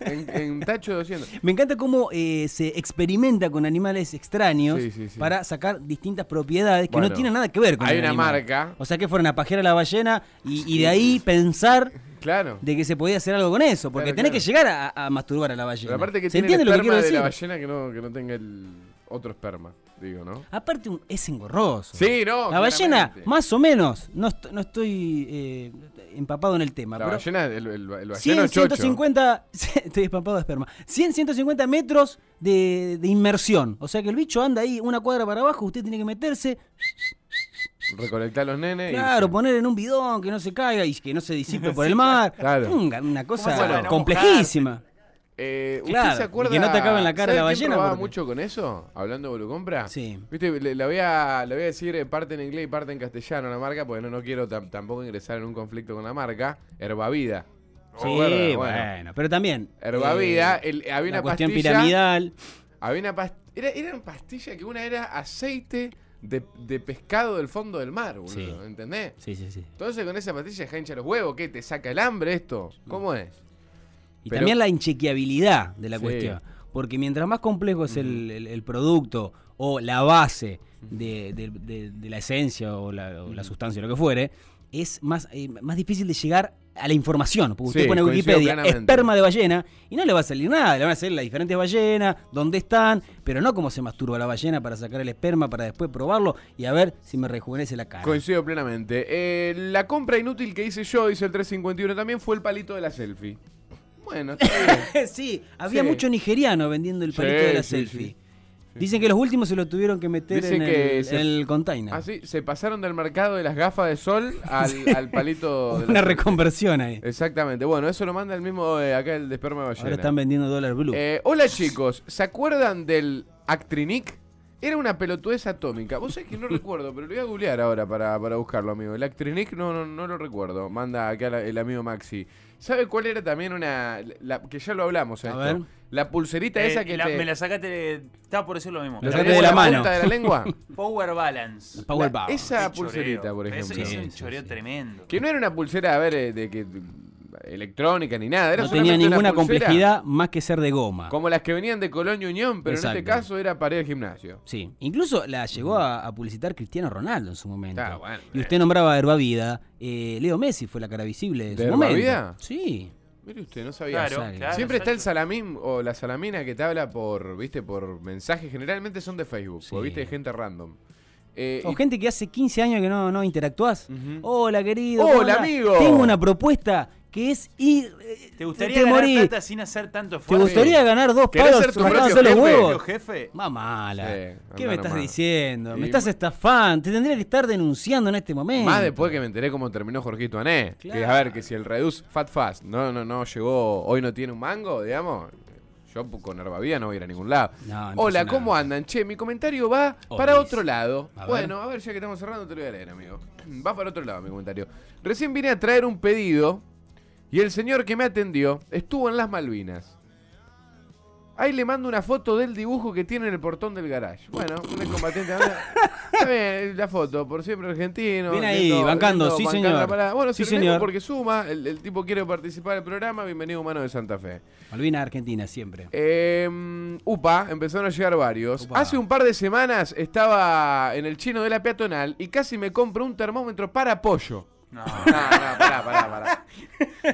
[SPEAKER 2] En, en tacho de 200.
[SPEAKER 1] Me encanta cómo eh, se experimenta con animales extraños
[SPEAKER 2] Sí, sí, sí.
[SPEAKER 1] para sacar distintas propiedades que no
[SPEAKER 2] Bueno,
[SPEAKER 1] tienen nada que ver con
[SPEAKER 2] hay
[SPEAKER 1] el
[SPEAKER 2] una
[SPEAKER 1] animal.
[SPEAKER 2] marca.
[SPEAKER 1] O sea que fueron a pajear a la ballena y, y de ahí pensar
[SPEAKER 2] Claro.
[SPEAKER 1] de que se podía hacer algo con eso. Porque
[SPEAKER 2] Claro,
[SPEAKER 1] tenés
[SPEAKER 2] claro.
[SPEAKER 1] que llegar a, a masturbar a la ballena.
[SPEAKER 2] Pero aparte que
[SPEAKER 1] ¿Se
[SPEAKER 2] tiene
[SPEAKER 1] entiende
[SPEAKER 2] el
[SPEAKER 1] lo que
[SPEAKER 2] esperma
[SPEAKER 1] quiero
[SPEAKER 2] de
[SPEAKER 1] decir?
[SPEAKER 2] la ballena que no, que no tenga el otro esperma. digo, ¿no?
[SPEAKER 1] Aparte un- es engorroso.
[SPEAKER 2] Sí, no,
[SPEAKER 1] La ballena,
[SPEAKER 2] claramente.
[SPEAKER 1] más o menos. No, est- no estoy eh, empapado en el tema.
[SPEAKER 2] La
[SPEAKER 1] Ah, pero
[SPEAKER 2] ballena, el, el, el balleno
[SPEAKER 1] 100,
[SPEAKER 2] chocho.
[SPEAKER 1] 150, estoy espapado de esperma. 100, 150 metros de, de inmersión. O sea que el bicho anda ahí una cuadra para abajo, usted tiene que meterse,
[SPEAKER 2] Recolectar a los nenes.
[SPEAKER 1] claro, poner en un bidón que no se caiga y que no se disipe por
[SPEAKER 2] Sí,
[SPEAKER 1] el mar.
[SPEAKER 2] claro.
[SPEAKER 1] Una, una
[SPEAKER 2] ¿Cómo se van
[SPEAKER 1] cosa
[SPEAKER 2] a
[SPEAKER 1] complejísima.
[SPEAKER 2] Y, eh, ¿Usted
[SPEAKER 1] Claro,
[SPEAKER 2] se
[SPEAKER 1] y
[SPEAKER 2] acuerda?
[SPEAKER 1] que no te acabe en la cara
[SPEAKER 2] ¿sabe
[SPEAKER 1] la
[SPEAKER 2] quién
[SPEAKER 1] ballena,
[SPEAKER 2] probaba
[SPEAKER 1] porque-
[SPEAKER 2] mucho con eso? Hablando de compra.
[SPEAKER 1] Sí.
[SPEAKER 2] Viste, le- la voy, a, la voy a decir eh, parte en inglés y parte en castellano la marca, porque no, no quiero tam- tampoco ingresar en un conflicto con la marca. Herbavida. ¿Se
[SPEAKER 1] Sí,
[SPEAKER 2] acuerda?
[SPEAKER 1] bueno. pero también.
[SPEAKER 2] Herbavida,
[SPEAKER 1] eh,
[SPEAKER 2] el- había una
[SPEAKER 1] cuestión
[SPEAKER 2] pastilla-
[SPEAKER 1] piramidal.
[SPEAKER 2] Había una past- era, eran pastillas que una era aceite de, de pescado del fondo del mar, boludo.
[SPEAKER 1] Sí.
[SPEAKER 2] ¿Entendés?
[SPEAKER 1] Sí, sí, sí.
[SPEAKER 2] Entonces con esa pastilla deja hincha los huevos, ¿qué? ¿Te saca el hambre esto? ¿Cómo es?
[SPEAKER 1] Y
[SPEAKER 2] Pero-
[SPEAKER 1] también la inchequeabilidad de la
[SPEAKER 2] Sí.
[SPEAKER 1] cuestión. Porque mientras más complejo es el, el- el producto o la base de, de- de- de la esencia o la, o la sustancia, lo que fuere, es más, eh, más difícil de llegar a la información. Porque usted
[SPEAKER 2] Sí,
[SPEAKER 1] pone en
[SPEAKER 2] coincido
[SPEAKER 1] Wikipedia
[SPEAKER 2] plenamente.
[SPEAKER 1] esperma de ballena y no le va a salir nada. Le van a salir las diferentes ballenas, dónde están, pero no cómo se masturba la ballena para sacar el esperma, para después probarlo y a ver si me rejuvenece la cara.
[SPEAKER 2] Coincido plenamente. Eh, la compra inútil que hice yo, dice el 351 también, fue el palito de la selfie. Bueno, está bien.
[SPEAKER 1] sí, había
[SPEAKER 2] Sí.
[SPEAKER 1] mucho nigeriano vendiendo el
[SPEAKER 2] Sí,
[SPEAKER 1] palito de la
[SPEAKER 2] sí,
[SPEAKER 1] selfie.
[SPEAKER 2] sí.
[SPEAKER 1] Dicen que los últimos se lo tuvieron que meter
[SPEAKER 2] Dicen
[SPEAKER 1] en,
[SPEAKER 2] que
[SPEAKER 1] el,
[SPEAKER 2] se-
[SPEAKER 1] en el container.
[SPEAKER 2] Ah, sí, se pasaron del mercado de las gafas de sol al, al palito de la
[SPEAKER 1] Una
[SPEAKER 2] selfie.
[SPEAKER 1] reconversión ahí.
[SPEAKER 2] Exactamente. Bueno, eso lo manda el mismo eh, acá el de esperma de ballena.
[SPEAKER 1] Ahora están vendiendo dólar blue.
[SPEAKER 2] Eh, hola chicos, ¿se acuerdan del Actrinic? Era una pelotudez atómica. Vos sabés que no recuerdo, pero lo voy a googlear ahora para, para buscarlo, amigo. El Actrinic no, no, no lo recuerdo. Manda acá la- el amigo Maxi. ¿Sabe cuál era también una. la- que ya lo hablamos esto?
[SPEAKER 1] ver.
[SPEAKER 2] La pulserita
[SPEAKER 3] Eh,
[SPEAKER 2] esa que
[SPEAKER 3] la-
[SPEAKER 2] te.
[SPEAKER 3] Me la sacaste. Estaba por decir lo mismo.
[SPEAKER 2] ¿La
[SPEAKER 1] sacaste
[SPEAKER 2] tenés
[SPEAKER 1] de
[SPEAKER 2] en
[SPEAKER 1] la
[SPEAKER 2] punta
[SPEAKER 1] mano.
[SPEAKER 2] de la lengua?
[SPEAKER 3] Power Balance.
[SPEAKER 1] Power
[SPEAKER 2] la-
[SPEAKER 1] Bar.
[SPEAKER 2] esa
[SPEAKER 3] Qué choreo.
[SPEAKER 2] pulserita, por
[SPEAKER 3] Eso-
[SPEAKER 2] ejemplo.
[SPEAKER 3] Es un choreo tremendo.
[SPEAKER 2] Que no era una pulsera, a ver, eh, de que. electrónica ni nada. Era
[SPEAKER 1] no tenía
[SPEAKER 2] solamente una
[SPEAKER 1] ninguna
[SPEAKER 2] pulsera
[SPEAKER 1] complejidad más que ser de goma.
[SPEAKER 2] Como las que venían de Colonia Unión, pero en este
[SPEAKER 1] Exacto.
[SPEAKER 2] caso era pared del gimnasio.
[SPEAKER 1] Sí. Incluso la llegó a, a publicitar Cristiano Ronaldo en su momento.
[SPEAKER 2] Ah, bueno,
[SPEAKER 1] y usted nombraba a Herbavida. Eh, Leo Messi fue la cara visible de,
[SPEAKER 2] ¿De
[SPEAKER 1] su momento.
[SPEAKER 2] Herbavida?
[SPEAKER 1] Sí.
[SPEAKER 2] Mire usted, no sabía.
[SPEAKER 3] Claro, Ah,
[SPEAKER 1] Exacto.
[SPEAKER 3] claro,
[SPEAKER 2] Siempre está el
[SPEAKER 3] exacto.
[SPEAKER 2] salamín o la salamina que te habla por, viste, por mensajes. Generalmente son de Facebook,
[SPEAKER 1] Sí.
[SPEAKER 2] porque viste, de gente random. Eh,
[SPEAKER 1] O
[SPEAKER 2] y-
[SPEAKER 1] gente que hace 15 años que no, no interactuás.
[SPEAKER 2] Ujú.
[SPEAKER 1] Hola, querido.
[SPEAKER 2] Hola,
[SPEAKER 1] ¿cómo andás?
[SPEAKER 2] amigo.
[SPEAKER 1] Tengo una propuesta que es ir. eh,
[SPEAKER 3] ¿Te gustaría ganar
[SPEAKER 1] morís.
[SPEAKER 3] plata sin hacer tanto
[SPEAKER 1] ¿Te
[SPEAKER 3] esfuerzo?
[SPEAKER 1] gustaría ganar dos
[SPEAKER 2] ¿Querés
[SPEAKER 1] palos
[SPEAKER 2] ser tu
[SPEAKER 1] rasgados
[SPEAKER 2] propio
[SPEAKER 1] de los
[SPEAKER 2] jefe?
[SPEAKER 1] huevos?
[SPEAKER 3] jefe?
[SPEAKER 1] Mamala.
[SPEAKER 2] Sí,
[SPEAKER 1] ¿Qué
[SPEAKER 2] anda
[SPEAKER 1] me estás
[SPEAKER 2] nomás.
[SPEAKER 1] diciendo?
[SPEAKER 2] Y
[SPEAKER 1] me estás
[SPEAKER 2] ma-
[SPEAKER 1] estafando. Te tendría que estar denunciando en este momento.
[SPEAKER 2] Más después que me enteré cómo terminó Jorgito Ané. Que a
[SPEAKER 1] Claro.
[SPEAKER 2] ver, que si el Reduce Fat Fast no, no, no llegó, hoy no tiene un mango, digamos. Yo pu- con Herbavía no voy a ir a ningún lado.
[SPEAKER 1] No,
[SPEAKER 2] Hola,
[SPEAKER 1] impresionante.
[SPEAKER 2] ¿cómo andan? Che, mi comentario va
[SPEAKER 1] Oh,
[SPEAKER 2] para
[SPEAKER 1] Luis.
[SPEAKER 2] otro lado.
[SPEAKER 1] A ver.
[SPEAKER 2] bueno, a ver, ya que estamos cerrando, te lo voy a leer, amigo. Va para otro lado mi comentario. Recién vine a traer un pedido y el señor que me atendió estuvo en las Malvinas. Ahí le mando una foto del dibujo que tiene en el portón del garage. Bueno, un excombatiente. Está bien, la foto, por siempre argentino.
[SPEAKER 1] Bien ahí, bancando, sí,
[SPEAKER 2] bancando
[SPEAKER 1] señor.
[SPEAKER 2] la parada. Bueno,
[SPEAKER 1] Sí,
[SPEAKER 2] sí, señor.
[SPEAKER 1] señor.
[SPEAKER 2] porque suma, el, el tipo quiere participar del programa, bienvenido humano de Santa Fe.
[SPEAKER 1] Malvinas Argentina siempre.
[SPEAKER 2] Eh, upa, empezaron a llegar varios.
[SPEAKER 1] Upa.
[SPEAKER 2] Hace un par de semanas estaba en el chino de la peatonal y casi me compro un termómetro para pollo.
[SPEAKER 3] No.
[SPEAKER 2] No, no, pará, pará, pará.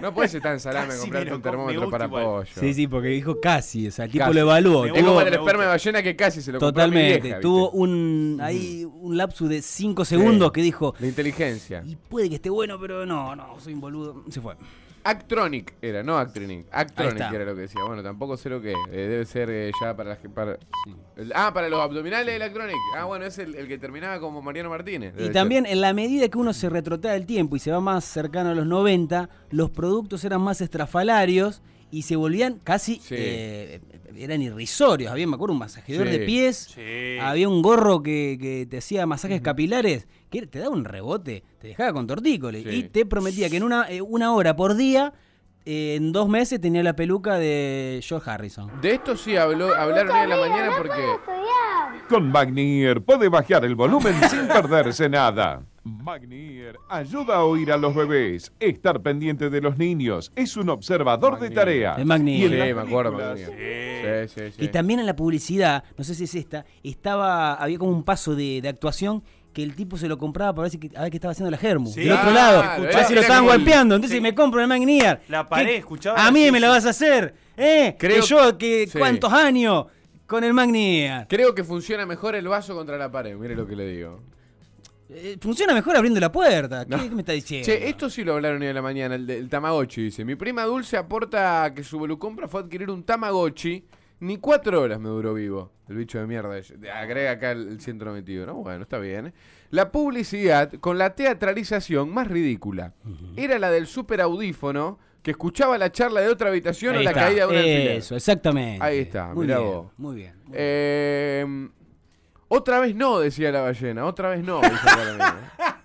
[SPEAKER 2] No puedes estar en salame
[SPEAKER 3] Casi
[SPEAKER 2] a
[SPEAKER 3] me
[SPEAKER 2] comprarte
[SPEAKER 3] lo
[SPEAKER 2] un
[SPEAKER 3] com- me
[SPEAKER 2] termómetro
[SPEAKER 3] gusta
[SPEAKER 2] para
[SPEAKER 3] igual.
[SPEAKER 2] pollo.
[SPEAKER 1] Sí, sí, porque dijo casi. O sea, el tipo
[SPEAKER 2] Casi.
[SPEAKER 1] lo evaluó.
[SPEAKER 3] Me
[SPEAKER 2] Es como
[SPEAKER 1] Tuvo,
[SPEAKER 3] gusta,
[SPEAKER 2] el
[SPEAKER 3] me
[SPEAKER 2] esperma de
[SPEAKER 3] gusta.
[SPEAKER 2] ballena que casi se lo compró mi
[SPEAKER 1] totalmente.
[SPEAKER 2] vieja,
[SPEAKER 1] tuvo
[SPEAKER 2] ¿viste?
[SPEAKER 1] un ahí un lapso de 5
[SPEAKER 2] Sí.
[SPEAKER 1] segundos que dijo.
[SPEAKER 2] De inteligencia.
[SPEAKER 1] Y puede que esté bueno, pero no, no, soy un boludo. Se fue.
[SPEAKER 2] Actronic era, no Actronic.
[SPEAKER 1] Ahí
[SPEAKER 2] Actronic
[SPEAKER 1] está.
[SPEAKER 2] era lo que decía. Bueno, tampoco sé lo que es. Eh, debe ser eh, ya para las que- para- el- ah, para los abdominales el Actronic. Ah, bueno, es el, el que terminaba como Mariano Martínez. debe
[SPEAKER 1] Y
[SPEAKER 2] ser.
[SPEAKER 1] también en la medida que uno se retrotea del tiempo y se va más cercano a los 90, los productos eran más estrafalarios y se volvían casi,
[SPEAKER 2] Sí.
[SPEAKER 1] eh, eran irrisorios. Había, me acuerdo, un masajeador
[SPEAKER 2] Sí.
[SPEAKER 1] de pies,
[SPEAKER 3] Sí.
[SPEAKER 1] había un gorro que, que te hacía masajes capilares, que te daba un rebote, te dejaba con tortícolis
[SPEAKER 2] Sí.
[SPEAKER 1] y te prometía que en una, eh, una hora por día, eh, en dos meses, tenía la peluca de George Harrison.
[SPEAKER 2] De esto sí habló, hablaron hoy en la mañana porque.
[SPEAKER 13] Con Magnier puede bajar el volumen sin perderse nada. Magnier ayuda a oír a los bebés. Estar pendiente de los niños es un observador de tareas.
[SPEAKER 1] Es Magnier.
[SPEAKER 13] Y en
[SPEAKER 2] Sí,
[SPEAKER 13] las
[SPEAKER 2] me acuerdo.
[SPEAKER 13] películas,
[SPEAKER 2] Magnier. Sí, sí, sí.
[SPEAKER 1] Y también en la publicidad, no sé si es esta, estaba, había como un paso de, de actuación que el tipo se lo compraba para ver, si, a ver qué estaba haciendo la Germu.
[SPEAKER 3] Sí.
[SPEAKER 1] Del otro
[SPEAKER 2] Ah,
[SPEAKER 1] lado,
[SPEAKER 2] lo
[SPEAKER 1] a
[SPEAKER 2] era-
[SPEAKER 1] ver si lo
[SPEAKER 2] era
[SPEAKER 1] estaban
[SPEAKER 2] como el-
[SPEAKER 1] golpeando. Entonces
[SPEAKER 3] sí.
[SPEAKER 1] me compro el Magnier.
[SPEAKER 3] La
[SPEAKER 1] ¿Qué-
[SPEAKER 3] pared, escuchaba
[SPEAKER 1] A
[SPEAKER 3] la
[SPEAKER 1] mí me
[SPEAKER 3] silla.
[SPEAKER 1] la vas a hacer. ¿Eh?
[SPEAKER 2] Creo-
[SPEAKER 1] que yo, que
[SPEAKER 2] sí.
[SPEAKER 1] cuántos años. Con el Magnier.
[SPEAKER 2] Creo que funciona mejor el vaso contra la pared, mire lo que le digo.
[SPEAKER 1] Eh, Funciona mejor abriendo la puerta. ¿Qué,
[SPEAKER 2] No.
[SPEAKER 1] qué me está diciendo?
[SPEAKER 2] Che, este esto sí lo hablaron hoy a la mañana, el, de- el Tamagotchi, dice. Mi prima Dulce aporta que su volucompra fue a adquirir un Tamagotchi. Ni cuatro horas me duró vivo. El bicho de mierda. es- Agrega acá el, el 191. No, bueno, está bien. ¿eh? La publicidad con la teatralización más ridícula. Era la del super audífono que escuchaba la charla de otra habitación
[SPEAKER 1] Ahí
[SPEAKER 2] o la
[SPEAKER 1] está.
[SPEAKER 2] caída de una alfiler.
[SPEAKER 1] Eso, exactamente.
[SPEAKER 2] Ahí está,
[SPEAKER 1] Muy
[SPEAKER 2] mirá
[SPEAKER 1] bien,
[SPEAKER 2] vos.
[SPEAKER 1] Muy bien.
[SPEAKER 2] Eh, otra vez no, decía la ballena. Otra vez no. dice acá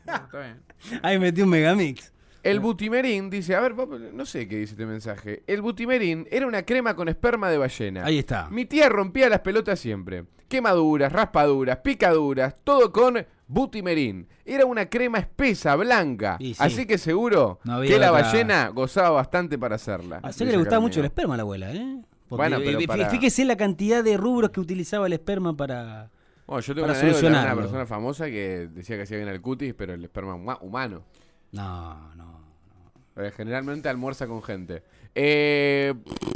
[SPEAKER 2] la mina.
[SPEAKER 1] Ahí metí un megamix.
[SPEAKER 2] El butimerín dice, a ver, Pablo, no sé qué dice este mensaje. El butimerín era una crema con esperma de ballena.
[SPEAKER 1] Ahí está.
[SPEAKER 2] Mi tía rompía las pelotas siempre. Quemaduras, raspaduras, picaduras, todo con butimerín. Era una crema espesa, blanca.
[SPEAKER 1] Y sí.
[SPEAKER 2] Así que seguro
[SPEAKER 1] No había
[SPEAKER 2] que la
[SPEAKER 1] otra. Ah,
[SPEAKER 2] ballena gozaba bastante para hacerla.
[SPEAKER 1] Sé que le gustaba mucho el esperma a la abuela, ¿eh? Porque,
[SPEAKER 2] Bueno, pero
[SPEAKER 1] eh, fí-
[SPEAKER 2] para-
[SPEAKER 1] Fíjese la cantidad de rubros que utilizaba el esperma para.
[SPEAKER 2] Bueno, Oh, yo tengo
[SPEAKER 1] para
[SPEAKER 2] una, anécdota de una
[SPEAKER 1] solucionarlo.
[SPEAKER 2] persona famosa que decía que hacía bien al cutis, pero el esperma huma- humano.
[SPEAKER 1] No, no.
[SPEAKER 2] Eh, Generalmente almuerza con gente. Eh,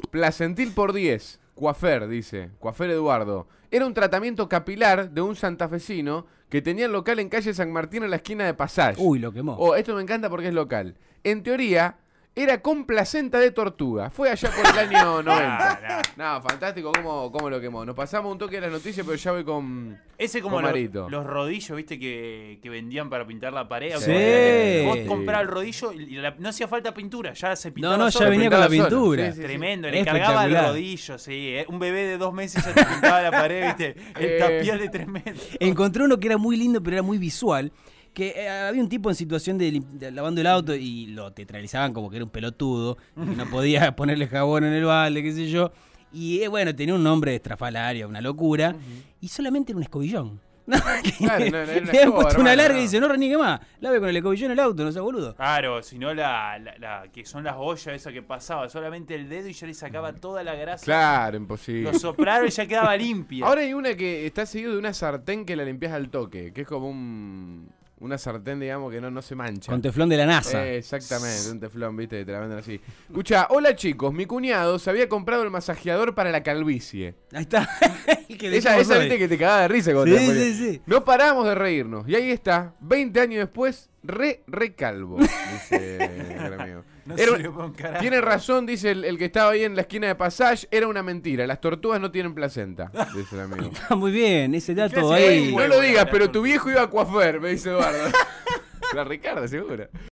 [SPEAKER 2] placentil por 10. Coafer, dice. Coafer Eduardo. Era un tratamiento capilar de un santafesino que tenía el local en calle San Martín en la esquina de Passage.
[SPEAKER 1] Uy, lo quemó.
[SPEAKER 2] Oh, esto me encanta porque es local. En teoría, era con placenta de tortuga. Fue allá por el año 90. No, fantástico cómo, cómo lo quemó. Nos pasamos un toque de las noticias, pero ya voy con.
[SPEAKER 3] Ese como
[SPEAKER 2] con
[SPEAKER 3] lo-
[SPEAKER 2] Marito.
[SPEAKER 3] los rodillos, viste, que, que vendían para pintar la pared.
[SPEAKER 2] Sí.
[SPEAKER 3] Vos
[SPEAKER 2] Sí.
[SPEAKER 3] comprabas el rodillo y la- no hacía falta pintura, ya se pintaba
[SPEAKER 1] No, no,
[SPEAKER 3] solo.
[SPEAKER 1] ya venía con la
[SPEAKER 2] Pintaba solo.
[SPEAKER 1] pintura.
[SPEAKER 2] Sí, sí, sí.
[SPEAKER 3] Tremendo, le cargaba el
[SPEAKER 1] Espectacular.
[SPEAKER 3] rodillo, sí. eh, Un bebé de dos meses ya te pintaba la pared, viste. El
[SPEAKER 2] Eh.
[SPEAKER 3] tapial de tremendo.
[SPEAKER 1] Encontré uno que era muy lindo, pero era muy visual. Que eh, había un tipo en situación de, lim- de lavando el auto y lo teatralizaban como que era un pelotudo, y que no podía ponerle jabón en el balde, qué sé yo. Y eh, bueno, tenía un nombre de estrafalario, una locura. Y solamente era un escobillón.
[SPEAKER 2] Claro, no, no, era
[SPEAKER 1] Le
[SPEAKER 2] una
[SPEAKER 1] habían
[SPEAKER 2] escoba,
[SPEAKER 1] puesto una
[SPEAKER 2] hermano,
[SPEAKER 1] larga
[SPEAKER 2] no.
[SPEAKER 1] y dice, no reniegue más. Lave con el escobillón el auto, no sea boludo.
[SPEAKER 3] Claro, sino la, la- la- que son las ollas esas que pasaba, solamente el dedo y ya le sacaba toda la
[SPEAKER 2] Mm.
[SPEAKER 3] grasa.
[SPEAKER 2] Claro, imposible.
[SPEAKER 3] Lo soplaron y ya quedaba limpia.
[SPEAKER 2] Ahora hay una que está seguido de una sartén que la limpias al toque, que es como un, una sartén, digamos, que no, no se mancha.
[SPEAKER 1] Con teflón de la NASA.
[SPEAKER 2] Eh, exactamente, un teflón, viste, que te la venden así. Escucha, hola chicos, mi cuñado se había comprado el masajeador para la calvicie.
[SPEAKER 1] Ahí está. Que
[SPEAKER 2] Esa,
[SPEAKER 1] dijimos
[SPEAKER 2] esa
[SPEAKER 1] hoy.
[SPEAKER 2] viste que te cagaba de risa
[SPEAKER 1] Sí,
[SPEAKER 2] cuando te la ponía.
[SPEAKER 1] sí, sí.
[SPEAKER 2] No paramos de reírnos. Y ahí está, 20 años después, re, re calvo. Dice, el amigo.
[SPEAKER 3] No
[SPEAKER 2] Era-
[SPEAKER 3] sirve para un carajo.
[SPEAKER 2] tiene razón, dice el, el que estaba ahí en la esquina de Passage, era una mentira. Las tortugas no tienen placenta, dice el amigo.
[SPEAKER 1] Está Ah, muy bien, ese dato
[SPEAKER 2] Ey,
[SPEAKER 1] ahí.
[SPEAKER 2] no lo digas, pero tu viejo iba a coafer, me dice Eduardo. La Ricarda, seguro.